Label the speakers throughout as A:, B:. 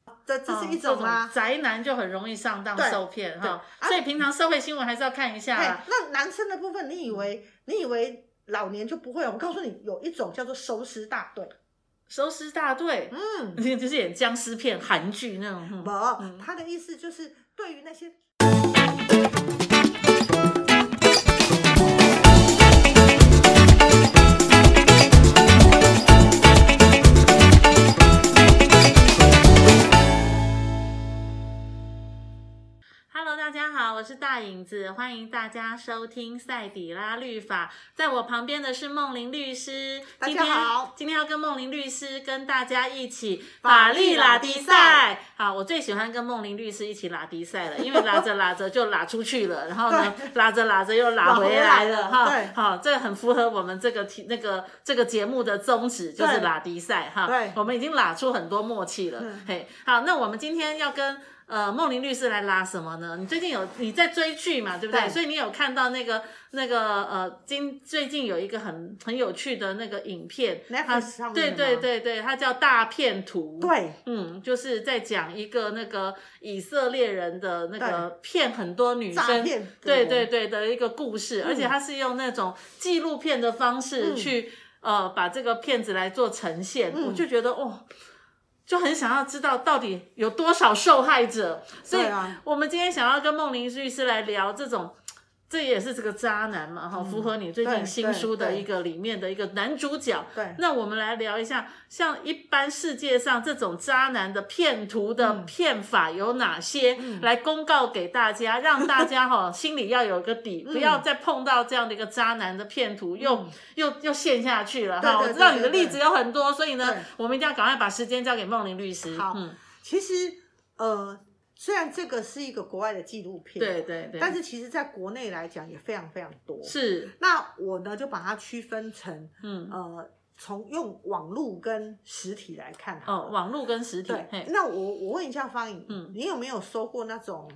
A: 个这是一
B: 哦这
A: 种啊。
B: 宅男就很容易上当
A: 对
B: 受骗
A: 对
B: 哈，
A: 啊
B: 所以平常社会新闻还是要看一下
A: 哎
B: 啦。，
A: 那男生的部分，你以为你以为老年就不会？哦我告诉你，有一种叫做收尸大队。
B: 收尸大队，
A: 嗯，
B: 就是演僵尸片、韩剧那种。
A: 不
B: 嗯，
A: 他的意思就是对于那些。
B: Hello，大家好，我是大影子，欢迎大家收听赛底拉律法。在我旁边的是梦玲律师，
A: 大家
B: 今天
A: 好，
B: 今天要跟梦玲律师跟大家一起
A: 法
B: 法
A: 力
B: 力
A: 拉
B: 拉
A: 迪
B: 迪
A: 赛
B: 赛。好，我最喜欢跟梦玲律师一起拉迪赛了，因为拉着拉着就拉出去 了，然后呢拉着拉着又拉回来了
A: 拉
B: 哈
A: 回来了对。
B: 好，这很符合我们这个题那个这个节目的宗旨，就是
A: 对
B: 拉迪赛哈。
A: 对
B: 我们已经拉出很多默契了
A: 嗯。
B: 嘿，好，那我们今天要跟呃梦玲律师来拉什么呢？你最近有你在追剧嘛，对不对？
A: 对
B: 所以你有看到那个那个呃，今最近有一个很很有趣的那个影片，它
A: Netflix 上面
B: 对
A: 的
B: 对
A: 吗
B: 对对，它叫《大片图》。
A: 对，
B: 嗯，就是在讲一个那个以色列人的那个骗很多女
A: 诈
B: 生，
A: 骗嗯的
B: 对
A: 人
B: 对对的一个故事，而且他是用那种纪录片的方式去、呃把这个片子来做呈现，
A: 嗯
B: 我就觉得哦。就很想要知道到底有多少受害者，所以
A: 对啊
B: 我们今天想要跟梦玲律师来聊这种，这也是这个渣男嘛，哈、符合你最
A: 嗯对
B: 近新书的
A: 对
B: 一个里面的一个男主角，
A: 对
B: 那我们来聊一下，像一般世界上这种渣男的骗图的
A: 嗯
B: 骗法有哪些，来公告给大家，让大 家哈、心里要有个底，
A: 嗯
B: 不要再碰到这样的一个渣男的骗图，又又又陷下去了
A: 对
B: 哈。
A: 对
B: 我知道
A: 对
B: 你的
A: 对
B: 例子有很多，所以呢
A: 对，
B: 我们一定要赶快把时间交给梦玲律师。
A: 好
B: 嗯，
A: 其实呃，虽然这个是一个国外的纪录片，
B: 对对对，
A: 但是其实在国内来讲也非常非常多。
B: 是
A: 那我呢就把它区分成
B: 嗯
A: 呃，从用网络跟实体来看好了
B: 哦，网络跟实体，
A: 对
B: 嘿，
A: 那我我问一下方颖，
B: 嗯
A: 你有没有收过那种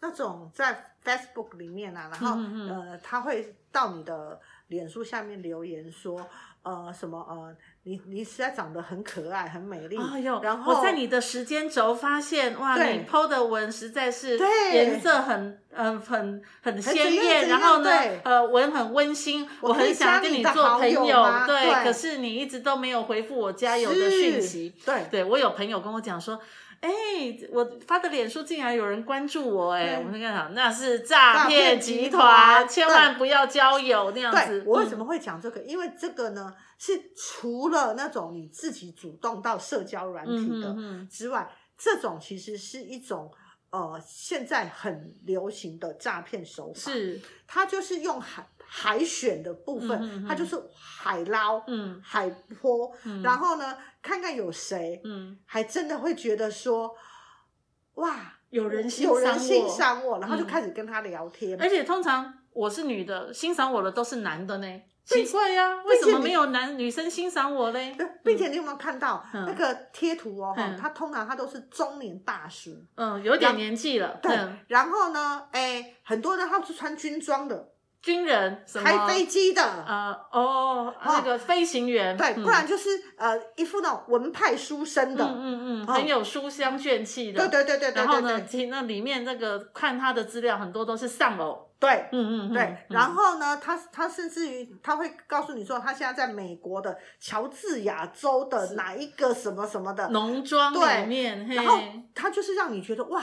A: 那种在 Facebook 里面啊，然后
B: 嗯嗯
A: 呃，他会到你的脸书下面留言说，呃，什么呃，你你实在长得很可爱，很美丽，
B: 哎呦，
A: 然后
B: 我在你的时间轴发现，哇，
A: 对
B: 你 PO 的文实在是
A: 对
B: 颜色很、很、很、很鲜
A: 怎样
B: 艳，
A: 怎
B: 然
A: 样
B: 后呢
A: 对，
B: 呃，文很温馨，
A: 我
B: 我
A: 可以
B: 很
A: 加
B: 想跟
A: 你的
B: 做
A: 好
B: 朋
A: 友
B: 友
A: 吗，
B: 对，
A: 对
B: 可是你一直都没有回复我加友的讯息。
A: 是，对。
B: 对我有朋友跟我讲说，哎、我发的脸书竟然有人关注我、哎、
A: 嗯
B: 我们就讲那是
A: 诈
B: 诈
A: 骗
B: 骗
A: 集
B: 集
A: 团
B: 团，千万不要交友那样
A: 对
B: 子。
A: 我为什
B: 嗯
A: 么会讲这个？因为这个呢，是除了那种你自己主动到社交软
B: 嗯
A: 体
B: 嗯
A: 的，
B: 嗯，
A: 之外，这种其实是一种呃现在很流行的诈骗手法，
B: 是，
A: 它就是用海海选的部分，
B: 嗯哼
A: 它就是海捞、
B: 嗯
A: 海泼，
B: 嗯，
A: 然后呢，看看有谁
B: 嗯，
A: 还真的会觉得说，哇，
B: 有人欣
A: 有人
B: 赏
A: 欣
B: 我
A: 赏我，然后就
B: 嗯
A: 开始跟他聊天，
B: 而且通常我是女的，欣赏我的都是男的呢，奇怪呀、
A: 并
B: 为
A: 且
B: 什么
A: 你
B: 没有男女生欣赏我嘞？
A: 对并且你有没有看到、
B: 嗯
A: 那个贴图哦？
B: 嗯
A: 他通常他都是中年大叔，
B: 嗯，有点年纪了，
A: 对
B: 嗯，，
A: 然后呢，哎，很多人他是穿军装的，
B: 军人什么
A: 开飞机的，
B: 呃
A: 哦
B: 哦，那个飞行员，
A: 对，
B: 嗯
A: 不然就是呃一副那种文派书生的，
B: 嗯嗯嗯，
A: 哦
B: 很有书香卷气的。
A: 对对对对对
B: 然后
A: 对
B: 呢，
A: 对
B: 其实那里面那个看他的资料，很多都是丧偶。
A: 对。
B: 嗯嗯嗯，
A: 对，
B: 嗯
A: 然后呢，他他甚至于他会告诉你说，他现在在美国的乔治亚州的哪一个什么什么的，
B: 农庄
A: 对
B: 里面，嘿
A: 然后他就是让你觉得哇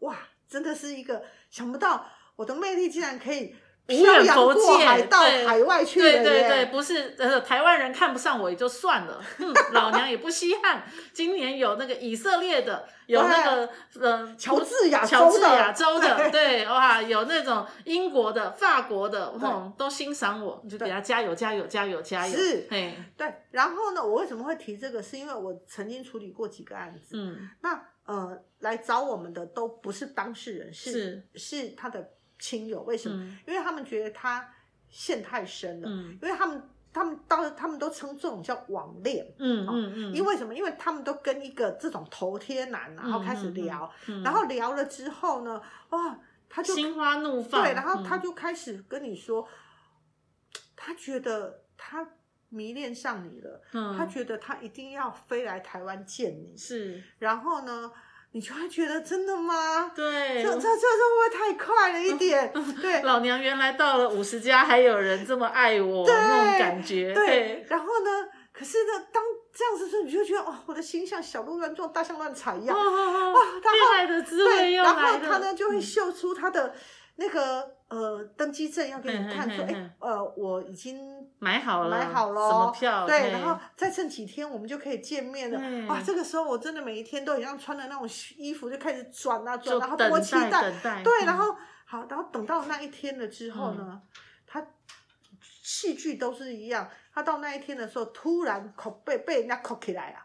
A: 哇，真的是一个想不到我的魅力竟然可以
B: 无
A: 漂
B: 远
A: 洋
B: 佛
A: 过
B: 界
A: 海到
B: 对
A: 海外去了
B: 对对
A: 耶
B: 对，不是呃，台湾人看不上我也就算了，哼，老娘也不稀罕。今年有那个以色列的，有那个呃
A: 乔治亚州
B: 乔
A: 的
B: 治亚州
A: 对
B: 的，对，哇，有那种英国的、法国的，
A: 对
B: 哼，都欣赏我，你就给他加油加油加油加油。
A: 是
B: 嘿，
A: 对。然后呢，我为什么会提这个？是因为我曾经处理过几个案子，
B: 嗯，
A: 那呃，来找我们的都不是当事人，是是他的亲友。为什么？
B: 嗯
A: 因为他们觉得他陷太深了，
B: 嗯
A: 因为他们他们到他们都称这种叫网恋。
B: 嗯嗯嗯，
A: 哦因为什么？因为他们都跟一个这种头贴男，啊然后开始聊，
B: 嗯
A: 然后聊了之后呢，哇，他就
B: 心花怒放，
A: 对，然后他
B: 嗯
A: 就开始跟你说，他觉得他迷恋上你了，
B: 嗯，
A: 他觉得他一定要飞来台湾见你，
B: 是
A: 然后呢，你就会觉得真的吗？
B: 对
A: 这这这这会不会太快了一 点？对，
B: 老娘原来到了五十家，还有人这么爱我，那种感觉，
A: 对，然后呢？可是呢，当这样子的时候，你就觉得哦，我的心像小鹿乱撞、大象乱踩一
B: 对，
A: 样。
B: 哇哇
A: 哇然
B: 哇，
A: 后
B: 啊恋爱的滋味
A: 对，
B: 又
A: 然
B: 来
A: 后
B: 了。嗯
A: 他呢就会秀出他的那个呃登机证，要给你
B: 嘿嘿
A: 看说，哎
B: 嘿嘿，
A: 呃，我已经
B: 买嗯好了，
A: 买好
B: 什么
A: 了，
B: 票？嗯
A: 对，然后再剩几天我们就可以见面
B: 对
A: 了。哇，这个时候我真的每一天都很像穿的那种衣服，就开始转啊转，
B: 就
A: 然后
B: 等
A: 多期
B: 待
A: 待，
B: 等待，
A: 对，
B: 嗯
A: 然后好，然后等到那一天了之后呢，他戏剧都是一样，他到那一天的时候，突然口被被人家扣起来了，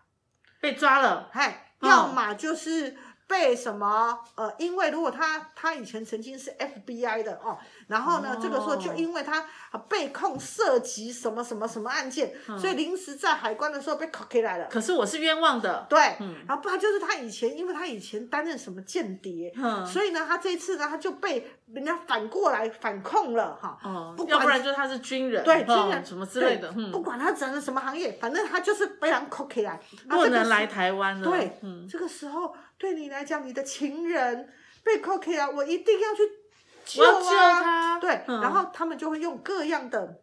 B: 被抓了，
A: 嗨，
B: 哦
A: 要么就是。被什么？呃，因为如果他他以前曾经是 FBI 的哦，然后呢，这个时候就
B: 哦
A: 因为他啊被控涉及什么什么什么案件，所以临时在海关的时候被扣起来了。
B: 可是我是冤枉的，
A: 对，
B: 嗯
A: 然后不然就是他以前，因为他以前担任什么间谍，
B: 嗯
A: 所以呢，他这次呢，他就被人家反过来反控了哈。
B: 哦
A: 不，
B: 要
A: 管
B: 不然就是他是军人，
A: 对
B: 哦
A: 军人
B: 什么之类的，
A: 对
B: 嗯
A: 不，管他整了什么行业，反正他就是被人扣起来，啊
B: 不能。
A: 这
B: 来
A: 个时
B: 台湾了，
A: 对，
B: 嗯，
A: 这个时候对你来讲，你的情人被扣起来，我一定要去救
B: 我要救
A: 啊。
B: 他，
A: 对，
B: 嗯
A: 然后他们就会用各样的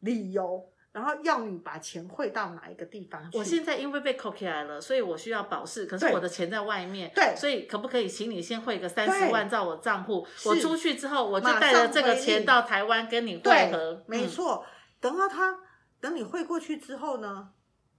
A: 理由，然后要你把钱汇到哪一个地方去。
B: 我现在因为被扣起来了，所以我需要保释，可是
A: 对
B: 我的钱在外面，
A: 对
B: 所以可不可以请你先汇个三十
A: 对
B: 万到我账户？
A: 是
B: 我出去之后，我就
A: 马
B: 带
A: 上
B: 着这个
A: 回
B: 钱
A: 你
B: 到台湾跟你汇
A: 对
B: 合，，
A: 没
B: 嗯，
A: 错。等到他等你汇过去之后呢，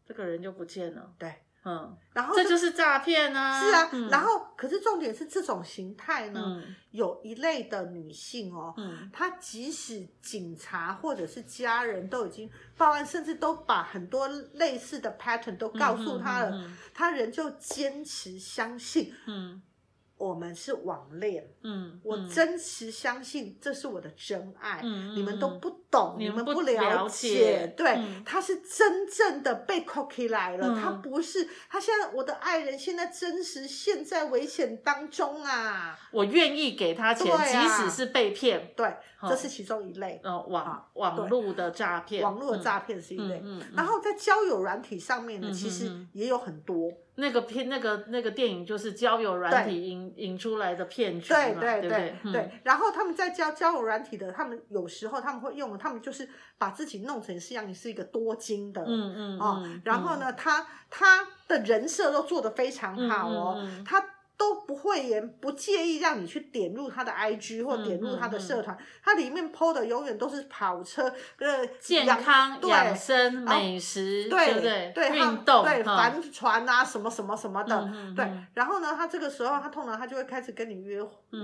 B: 这个人就不见了，
A: 对，
B: 嗯，
A: 然后
B: 这
A: 就
B: 就是诈骗啊，
A: 是啊，
B: 嗯
A: 然后可是重点是这种形态呢，
B: 嗯
A: 有一类的女性哦，
B: 嗯，
A: 她即使警察或者是家人都已经报案，甚至都把很多类似的 pattern 都告诉她了，
B: 嗯
A: 她仍旧坚持相信
B: 嗯
A: 我们是网恋，
B: 嗯，
A: 我
B: 嗯
A: 真实相信这是我的真爱。
B: 嗯
A: 你们都
B: 嗯
A: 不懂，
B: 你
A: 你
B: 们
A: 们
B: 不
A: 不了
B: 了解
A: 对，
B: 嗯
A: 他是真正的被扣起来了，
B: 嗯
A: 他不是，他现在我的爱人现在真实陷在危险当中啊，
B: 嗯我愿意给他钱，
A: 对啊
B: 即使是被骗，
A: 对，
B: 哦
A: 这是其中一类，
B: 呃，网
A: 啊
B: 网
A: 对
B: 络的诈骗，
A: 网络的诈骗是一类。
B: 嗯嗯嗯
A: 然后在交友软体上面呢，
B: 嗯嗯
A: 其实
B: 嗯
A: 也有很多，
B: 那个片，那个那个电影就是交友软体引引出来的骗局嘛，
A: 对对
B: 对不
A: 对
B: 嗯
A: 对。然后他们在交交友软体的，他们有时候他们会用，他们就是把自己弄成是像是一个多金的，
B: 嗯嗯
A: 哦
B: 嗯，
A: 然后呢，他他的人设都做得非常好哦，
B: 嗯嗯嗯
A: 他都不会言不介意让你去点入他的 IG
B: 嗯
A: 或点入他的社团，他里面 PO 的永远都是跑车，呃，
B: 健
A: 养
B: 康、
A: 对
B: 养生、
A: 后
B: 美食，
A: 对
B: 不对？
A: 对，他
B: 运动，
A: 对
B: 哈
A: 帆船啊，什么什么什么的，
B: 嗯嗯
A: 对
B: 嗯。
A: 然后呢，他这个时候他通常他就会开始跟你约、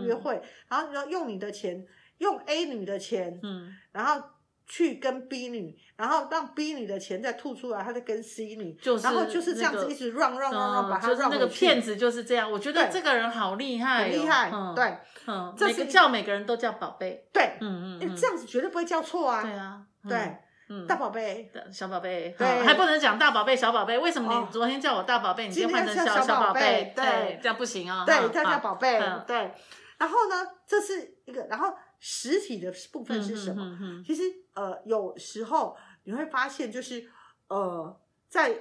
A: 约会，然后要用你的钱，用 A 女的钱，
B: 嗯，
A: 然后去跟 B 女，然后让 B 女的钱再吐出来，他再跟 C 女，
B: 就是
A: 然后就是这样
B: 那
A: 子
B: 个
A: 一直 run run run run 把
B: 嗯
A: 他
B: 就是
A: run
B: 那个
A: 回去
B: 骗子就是这样，我觉得
A: 对
B: 这个人好厉害哦，
A: 很厉害，
B: 嗯，
A: 对
B: 嗯，
A: 这
B: 每
A: 是
B: 个叫每个人都叫宝贝，
A: 对，
B: 嗯
A: 因
B: 嗯
A: 为
B: 嗯，
A: 这样子绝对不会叫错
B: 对
A: 啊，
B: 啊，嗯
A: 对，，
B: 嗯
A: 大宝贝。
B: 的小宝贝，
A: 对
B: 嗯还不能讲大宝贝、小宝贝。为什么
A: 哦
B: 你昨天叫我大宝贝，你
A: 今
B: 天
A: 天
B: 换成
A: 叫
B: 小
A: 小
B: 宝
A: 宝
B: 贝
A: 贝？
B: 对
A: 对，
B: 这样不行啊。
A: 对，
B: 哈
A: 叫叫。
B: 哈
A: 宝贝
B: 嗯，
A: 对。然后呢，这是一个，然后实体的部分是什么？
B: 嗯嗯嗯
A: 其实呃，有时候你会发现，就是呃，在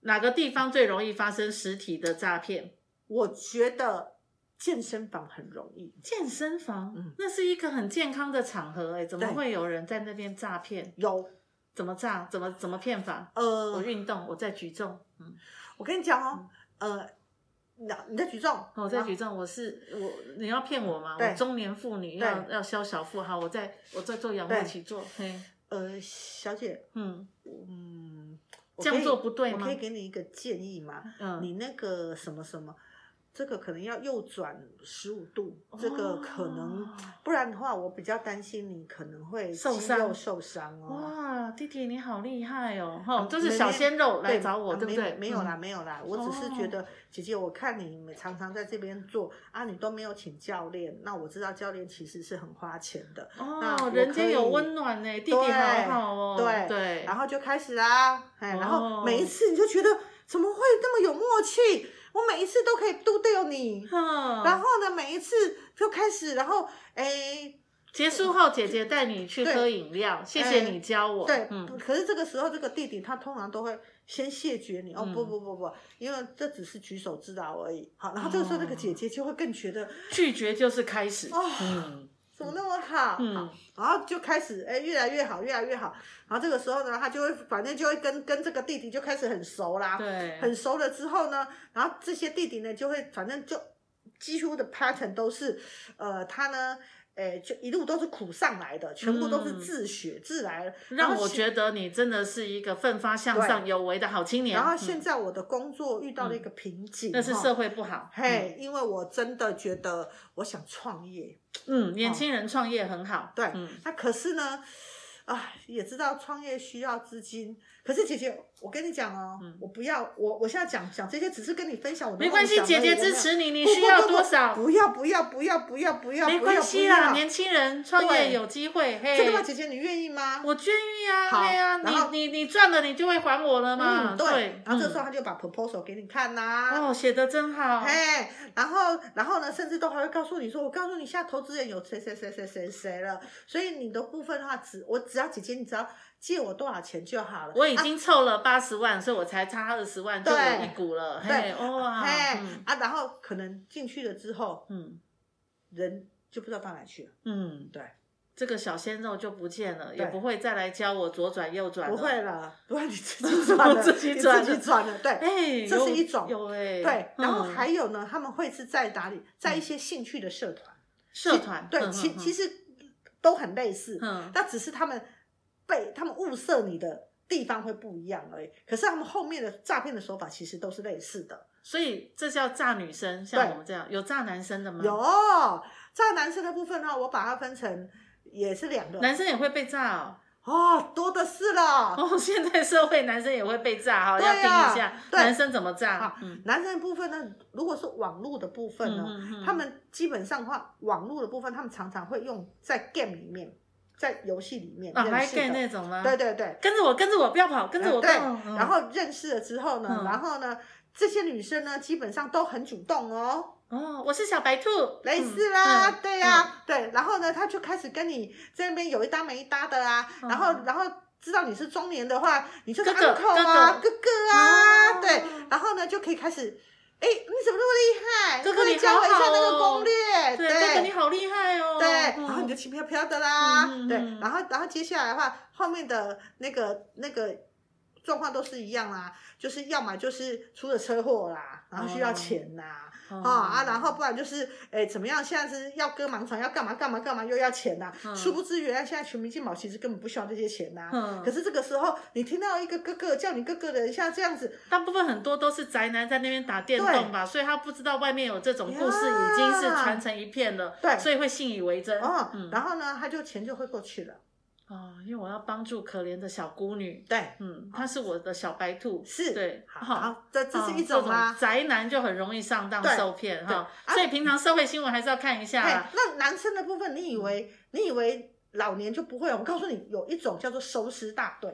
B: 哪个地方最容易发生实体的诈骗？
A: 我觉得健身房很容易，
B: 健身房，
A: 嗯
B: 那是一个很健康的场合，哎，怎么
A: 对
B: 会有人在那边诈骗？
A: 有
B: 怎么诈？怎么怎么骗法？
A: 呃，
B: 我运动，我在举重，嗯，
A: 我跟你讲哦，呃，那你在举重，
B: 哦我在
A: 然后
B: 举重，我是我，你要骗我吗？
A: 对
B: 我中年妇女
A: 对
B: 要要消小腹，好，我在我在做仰卧
A: 对
B: 起坐，嘿，
A: 呃，小姐，
B: 嗯
A: 嗯，
B: 这样
A: 我可以
B: 做不对吗
A: 我可以给你一个建议吗？
B: 嗯，
A: 你那个什么什么，这个可能要右转十五度，这个可能
B: 哦，
A: 不然的话，我比较担心你可能会
B: 受
A: 肌
B: 伤
A: 肉受伤哦。
B: 哇，弟弟你好厉害哦！哈，就
A: 啊没
B: 是小鲜肉来
A: 对
B: 找我，
A: 啊
B: 对不
A: 没
B: 对？
A: 没有啦，
B: 嗯，
A: 没有啦，我只是觉
B: 哦
A: 得姐姐，我看你们常常在这边做啊，你都没有请教练，那我知道教练其实是很花钱的，那
B: 哦
A: 我，
B: 人间
A: 可
B: 有
A: 以
B: 温暖呢，弟弟
A: 对
B: 好好哦，
A: 对
B: 对，
A: 然后就开始啦，哎，然
B: 哦
A: 后每一次你就觉得怎么会那么有默契？我每一次都可以 do 掉你，
B: 哼
A: 然后呢，每一次就开始，然后哎，
B: 结束后，姐姐带你去喝饮料，谢谢你教我。
A: 哎对，
B: 嗯，
A: 可是这个时候这个弟弟他通常都会先谢绝你、哦，
B: 嗯
A: 不不不不，因为这只是举手之劳而已。好，然后这个时候那个姐姐就会更觉得，
B: 拒绝就是开始。
A: 哦
B: 嗯
A: 怎么那么好？
B: 嗯
A: 然后就开始哎、越来越好，越来越好。然后这个时候呢，他就会反正就会跟跟这个弟弟就开始很熟啦，
B: 对，
A: 很熟了之后呢，然后这些弟弟呢就会反正就几乎的 pattern 都是，呃，他呢。哎，就一路都是苦上来的，全部都是
B: 嗯
A: 自学、自来的。
B: 让
A: 然后
B: 我
A: 现
B: 觉得你真的是一个奋发向上、有为的好青年。
A: 然后
B: 嗯
A: 现在我的工作遇到了一个瓶颈，
B: 那是
A: 哈
B: 社会嗯不好。
A: 嘿，因为我真的觉得我想创业，
B: 嗯，嗯，年轻人创业很好。
A: 哦对
B: 嗯，
A: 那可是呢，啊，也知道创业需要资金，可是姐姐，我跟你讲哦，我不要，我我现在讲讲这些，只是跟你分享我的
B: 嗯没关系，
A: 梦想
B: 姐
A: 而
B: 姐
A: 已
B: 支。持你，
A: 你
B: 你需要多少？
A: 不要不要不要不要不要，
B: 没
A: 不要
B: 关系
A: 不
B: 啦，
A: 要
B: 年轻人创业
A: 对
B: 有机会。嘿，
A: 真的吗？姐姐，你愿意吗？
B: 我捐意啊，
A: 好
B: 对啊，
A: 然后
B: 你你你赚了，你就会还我了嘛。
A: 嗯，
B: 对
A: 对。。然后这时候
B: 嗯
A: 他就把 proposal 给你看呐、
B: 哦，写的真好。
A: 哎，然后，然后呢，甚至都还会告诉你说，我告诉你，现在投资人有谁谁谁谁谁谁了，所以你的部分的话，只我只要姐姐，你只要借我多少钱就好了。啊
B: 我已经凑了八十万，所以我才差二十万就有
A: 对
B: 一股了。嘿
A: 对，
B: 哇，
A: 哎、
B: 嗯
A: 啊，然后可能进去了之后，
B: 嗯
A: 人就不知道到哪去了。
B: 嗯，
A: 对，
B: 这个小鲜肉就不见了，也
A: 对
B: 不会再来教我左转右转了。
A: 不会了，不会你自己 转了，
B: 自己
A: 你
B: 转
A: 自
B: 了
A: 己转了，对。
B: 哎，
A: 这是
B: 有
A: 一种
B: 有哎，
A: 对，然后
B: 嗯
A: 还有呢，他们会是在哪里？在一些兴趣的社团，
B: 社团，
A: 对，其其
B: 实
A: 实都很类似，
B: 嗯
A: 那只是他们被他们物色你的地方会不一样而已。可是他们后面的诈骗的手法其实都是类似的。
B: 所以这叫炸女生，像
A: 对
B: 我们这样有炸男生的吗？
A: 有，在男生的部分呢，我把它分成也是两个
B: 男生也会被炸哦。
A: 哦，多的是了。
B: 哦，现在社会男生也会被炸哈，
A: 对
B: 要
A: 啊
B: 听一下
A: 对
B: 男生怎么炸
A: 好。
B: 嗯
A: 男生的部分呢，如果是网络的部分呢，
B: 嗯嗯嗯
A: 他们基本上的话，网络的部分他们常常会用在 game 里面，在游戏里面
B: 啊，
A: 认
B: 还
A: 识
B: gay
A: 的。
B: 那种吗？
A: 对，对对，
B: 跟着我，跟着我，不要跑，跟着
A: 呃
B: 我。嗯
A: 对
B: 不要，
A: 然后认识了之后呢，
B: 嗯
A: 然后呢，这些女生呢，基本上都很主动哦，
B: 嗯哦，我是小白兔，嗯
A: 类似啦，对呀、对，然后呢，她就开始跟你在那边有一搭没一搭的啊，
B: 嗯
A: 然后，然后。知道你是中年的话，你就是
B: 哥哥
A: uncle 啊，
B: 哥
A: 哥啊，
B: 哦
A: 对，然后呢就可以开始，哎，你怎么那么厉害？
B: 哥哥
A: 你
B: 你
A: 可不可以教我一
B: 好
A: 下
B: 好
A: 那个
B: 哦
A: 攻略，
B: 嗯
A: 对
B: 对，哥哥你好厉害哦。
A: 对，
B: 嗯
A: 然后你就轻飘飘的啦，
B: 嗯嗯
A: 对
B: 嗯，
A: 然后然后接下来的话，后面的那个那个状况都是一样啦，就是要么就是出了车祸啦，然后需要钱啦，
B: 哦
A: 啊、啊，然后不然就是哎怎么样，现在是要割盲肠，要干嘛干嘛干嘛，又要钱啦，
B: 嗯
A: 殊不知原来现在全民健保其实根本不需要这些钱呐、
B: 嗯
A: 啊可是这个时候，你听到一个哥哥叫你哥哥的人像这样子，
B: 大部分很多都是宅男在那边打电动吧，所以他不知道外面有这种故事，
A: 呀
B: 已经是传成一片了，
A: 啊对
B: 所以会信以为真。
A: 哦，
B: 嗯，
A: 然后呢，他就钱就会过去了，
B: 哦，因为我要帮助可怜的小孤女，
A: 对，
B: 嗯，她是我的小白兔，
A: 哦是，
B: 对，
A: 好，
B: 哈
A: 好，这这是一
B: 哦这
A: 种啦、
B: 宅男就很容易上当
A: 对
B: 受骗
A: 对
B: 哈，
A: 啊
B: 所以平常社会新闻还是要看一下嗯
A: 哎
B: 啦，。
A: 那男生的部分，你以为你以为老年就不会？我告诉你，有一种叫做收尸大队。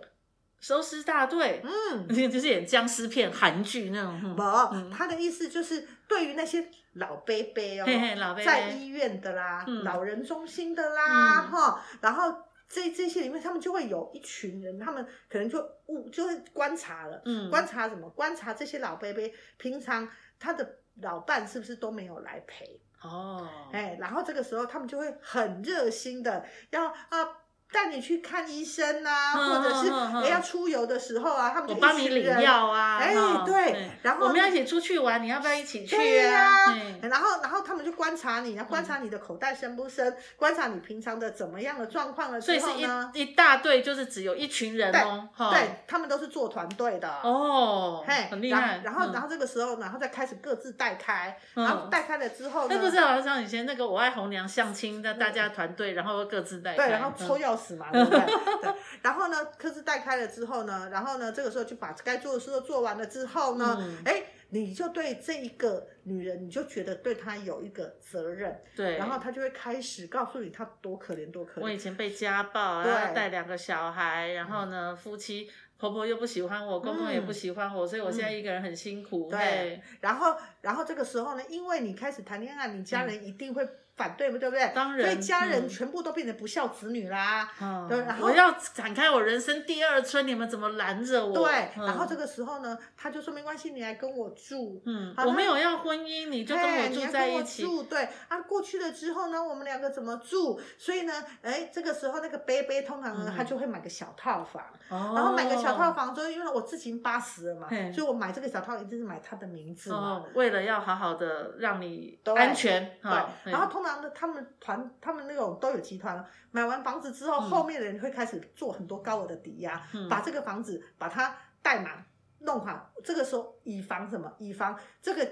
B: 收尸大队，
A: 嗯，
B: 就是演僵尸片、韩剧那种。嗯
A: 不，他的意思就是对于那些老伯伯
B: 嘿
A: 哦，
B: 嘿，老贝
A: 在
B: 贝，
A: 医院的啦
B: 嗯，
A: 老人中心的啦，
B: 嗯
A: 哈，然后。这这些里面，他们就会有一群人，他们可能就误就会观察了，
B: 嗯，
A: 观察什么？观察这些老伯伯平常他的老伴是不是都没有来陪？
B: 哦，
A: 哎，然后这个时候他们就会很热心的要啊带你去看医生呐、
B: 嗯
A: 或者是、
B: 嗯嗯
A: 哎要出游的时候啊，他们
B: 我
A: 就
B: 帮
A: 一
B: 你
A: 群
B: 领
A: 人。
B: 药啊，
A: 哎
B: 哈
A: 对然后
B: 我们
A: 呢
B: 要一起出去玩，你要不要一起去啊
A: 对呀、哎
B: 嗯
A: 然后然后他们就观察你，观察你的口袋深不深，观察你平常的怎么样的状况了
B: 所以
A: 之
B: 是
A: 后呢，
B: 一一大队，就是只有一群人哦，哈
A: 对，他们都是做团队的。
B: 哦，
A: 嘿，
B: 很厉
A: 然
B: 害。
A: 然后，
B: 嗯
A: 然后这个时候，然后再开始各自带开，
B: 嗯
A: 然后带开了之后呢，
B: 那不是好像以前那个《我爱红娘》相亲，那大家团队，然后各自带
A: 对，
B: 开
A: 然后抽
B: 嗯
A: 钥匙 嘛，对不对？对，然后呢，各自带开了之后呢，然后呢，这个时候就把该做的事都做完了之后呢
B: 嗯，
A: 哎、你就对这一个女人，你就觉得对她有一个责任，
B: 对，
A: 然后她就会开始告诉你她多可怜，多可
B: 我以
A: 怜。
B: 前被家暴，啊
A: 对
B: 然后带两个小孩，然后呢，夫妻婆婆又不喜欢我，公公也不喜欢我，所以我现在一个人很辛苦。
A: 嗯对
B: 嘿，
A: 然后，然后这个时候呢，因为你开始谈恋爱，你家人一定会反对，对不对？
B: 嗯当
A: 所
B: 然
A: 以家人
B: 嗯
A: 全部都变成不孝子女啦。
B: 嗯
A: 对然后
B: 我要展开我人生第二春，你们怎么拦着我？
A: 对，
B: 嗯
A: 然后这个时候呢，他就说没关系，你来跟我住。
B: 嗯，
A: 好
B: 我
A: 那
B: 没有要婚姻，你就跟我
A: 哎你
B: 住
A: 要
B: 在
A: 跟我
B: 一起。
A: 住对啊，过去了之后呢，我们两个怎么住？所以呢，哎，这个时候那个贝贝通常呢，他就会买个小套房，
B: 嗯哦
A: 然后买个小套房之后，因为我自己八十了嘛，
B: 嘿
A: 所以我买这个小套房一定是买他的名字嘛。
B: 哦，为了要好好的让你
A: 对
B: 安全哈，
A: 对，然后通常的他们团，他们那种都有集团，买完房子之后，后面的人会开始做很多高额的抵押，
B: 嗯
A: 把这个房子把它贷满弄好。这个时候以防什么？以防这个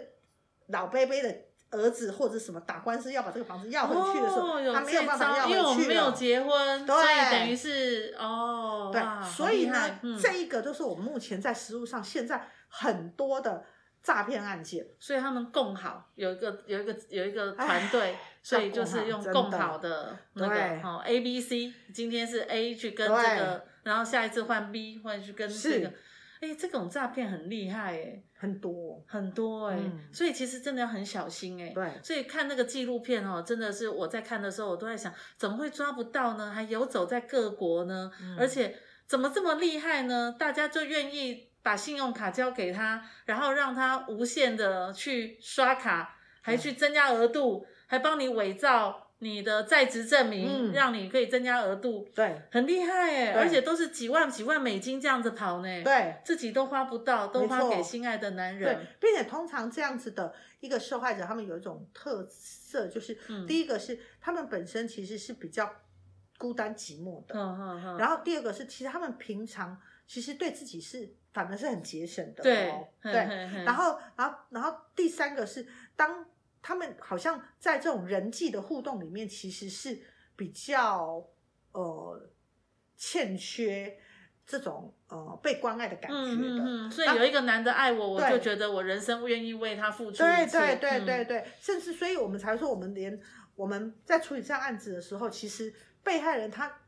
A: 老贝贝的儿子或者什么打官司要把这个房子要回去的时候，
B: 哦、有
A: 他没有
B: 这
A: 办法
B: 招
A: 要
B: 因为我
A: 回
B: 们
A: 去
B: 没有
A: 了。
B: 结婚，
A: 对
B: 所以等于是哦，哇
A: 对，所以呢
B: 好厉害，嗯
A: 这一个就是我目前在实务上现在很多的诈骗案件。
B: 所以他们共好有一个有一个有一个团队，所以就是用共好的那
A: 对
B: 个哦 A B C，今天是 A 去跟这
A: 对
B: 个，然后下一次换 B 换去跟这个
A: 是，
B: 哎，这种诈骗很厉害哎，
A: 很多，
B: 很多哎、
A: 嗯
B: 所以其实真的要很小心哎、
A: 对
B: 所以看那个纪录片哦，真的是我在看的时候，我都在想，怎么会抓不到呢？还游走在各国呢，而且怎么这么厉害呢？大家就愿意把信用卡交给他，然后让他无限的去刷卡，还去增加额度，还帮你伪造你的在职证明，
A: 嗯
B: 让你可以增加额度，
A: 对
B: 很厉害哎、
A: 对
B: 而且都是几万几万美金这样子跑呢，
A: 对，
B: 自己都花不到，都
A: 没
B: 花
A: 错
B: 给心爱的男
A: 对
B: 人。，
A: 并且通常这样子的一个受害者，他们有一种特色，就是、
B: 嗯
A: 第一个是他们本身其实是比较孤单寂寞的，
B: 嗯嗯嗯，
A: 然后第二个是其实他们平常其实对自己是反而是很节省的、
B: 对
A: 哦，
B: 嘿
A: 对，
B: 嘿嘿
A: 然后然后然后第三个是当他们好像在这种人际的互动里面，其实是比较呃欠缺这种呃被关爱的感觉的。
B: 嗯嗯嗯，所以
A: 那
B: 有一个男的爱我，我就
A: 对
B: 觉得我人生愿意为他付出
A: 对对
B: 一切。
A: 对对
B: 嗯，
A: 对，甚至所以我们才说，我们连我们在处理这样案子的时候，其实被害人他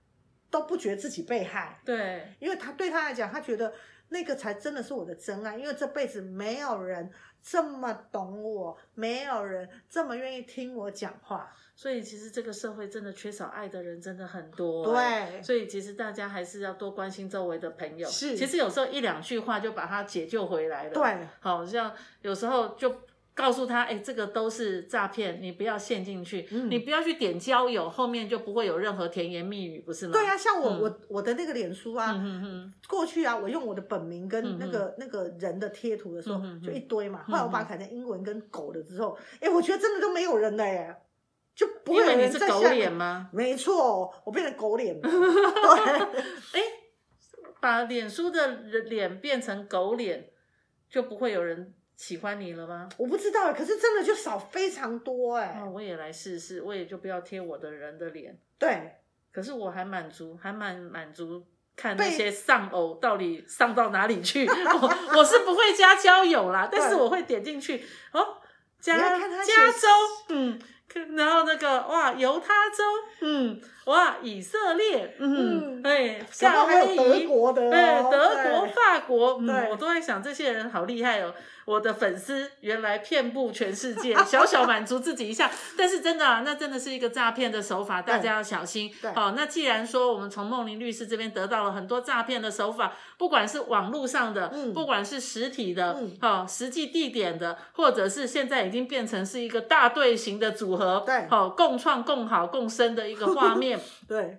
A: 都不觉得自己被害，
B: 对
A: 因为他对他来讲，他觉得那个才真的是我的真爱，因为这辈子没有人这么懂我，没有人这么愿意听我讲话。
B: 所以其实这个社会真的缺少爱的人真的很多。。欸
A: 对，
B: 所以其实大家还是要多关心周围的朋友。
A: 是
B: 其实有时候一两句话就把他解救回来了。，
A: 对，
B: 好像有时候就告诉他，哎、这个都是诈骗，你不要陷进去，
A: 嗯
B: 你不要去点交友，后面就不会有任何甜言蜜语，不是吗？
A: 对啊，像我、
B: 嗯
A: 我我的那个脸书啊，
B: 嗯哼哼，
A: 过去啊，我用我的本名
B: 嗯
A: 跟
B: 嗯
A: 那个、那个人的贴图的时候，
B: 嗯嗯嗯
A: 就一堆嘛。后来我把它改成英文跟狗的之后，哎、我觉得真的都没有人了耶，就不
B: 因
A: 会有
B: 为
A: 人
B: 你是
A: 在
B: 狗
A: 下面
B: 脸。吗？
A: 没错，我变成狗 脸了。对，
B: 哎把脸书的人脸变成狗脸，就不会有人喜欢你了吗？
A: 我不知道，可是真的就少非常多哎、
B: 哦，我也来试试，我也就不要贴我的人的脸。
A: 对，
B: 可是我还满足，还蛮满足看那
A: 被
B: 些丧偶到底丧到哪里去。 我我是不会加交友啦，但是
A: 对
B: 我会点进去哦，加
A: 你要看他写
B: 加州，嗯，看然后那个哇，犹他州，嗯，哇，以色列，嗯，
A: 嗯
B: 对，
A: 然
B: 夏
A: 后还
B: 威
A: 有德
B: 夷，
A: 国的、
B: 对，
A: 哦，
B: 德国、
A: 对
B: 法国，嗯，
A: 对
B: 我都在想这些人好厉害哦。我的粉丝原来遍布全世界， 小小满足自己一下。但是真的、啊，那真的是一个诈骗的手法，大家要小心。
A: 对
B: 好、那既然说我们从梦玲律师这边得到了很多诈骗的手法，不管是网络上的，
A: 嗯
B: 不管是实体的，
A: 嗯
B: 好、实际地点的，或者是现在已经变成是一个大队型的组合，
A: 对
B: 好、共创、共好、共生的一个画面。
A: 对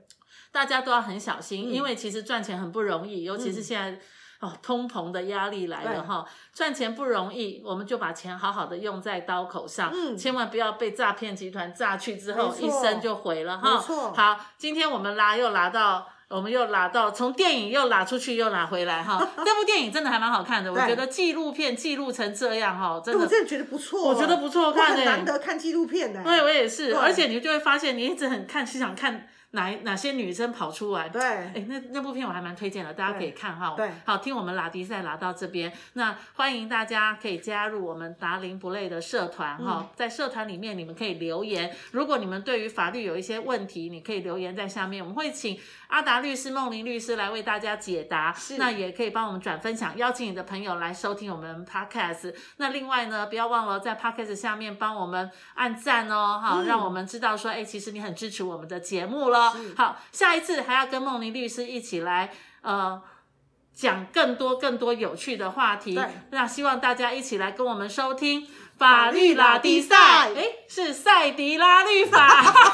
B: 大家都要很小心，
A: 嗯
B: 因为其实赚钱很不容易，尤其是现在。哦，通膨的压力来了
A: 对
B: 哈，赚钱不容易，我们就把钱好好的用在刀口上，
A: 嗯
B: 千万不要被诈骗集团诈去之后
A: 没错
B: 一生就毁了哈。
A: 没错
B: 好，今天我们拉又拉到，我们又拉到从电影又拉出去又拉回 来哈，这部电影真的还蛮好看的，我
A: 对
B: 觉得纪录片记录成这样哈，真
A: 我
B: 的
A: 真的觉得不错，啊
B: 我觉得不错
A: 我
B: 看欸哎
A: 很难得看纪录片呢、
B: 对，我也是，
A: 对
B: 而且你就会发现，你一直很看，是想看哪哪些女生跑出来。
A: 对，
B: 哎，那那部片我还蛮推荐的，大家可以看哈。
A: 对
B: 好，听我们拉迪赛拉到这边，那欢迎大家可以加入我们达林不累的社团哈、
A: 嗯
B: 在社团里面你们可以留言，如果你们对于法律有一些问题，你可以留言在下面，我们会请阿达律师、梦玲律师来为大家解答。那也可以帮我们转分享，邀请你的朋友来收听我们 podcast。那另外呢，不要忘了在 podcast 下面帮我们按赞哦，哈、
A: 嗯
B: 让我们知道说，哎，其实你很支持我们的节目喽
A: 是。
B: 好，下一次还要跟梦玲律师一起来，呃。讲更多更多有趣的话题
A: 对，
B: 那希望大家一起来跟我们收听《
A: 法
B: 法
A: 律
B: 律
A: 拉
B: 拉
A: 迪
B: 迪
A: 赛
B: 赛》，哎，是赛迪拉律法。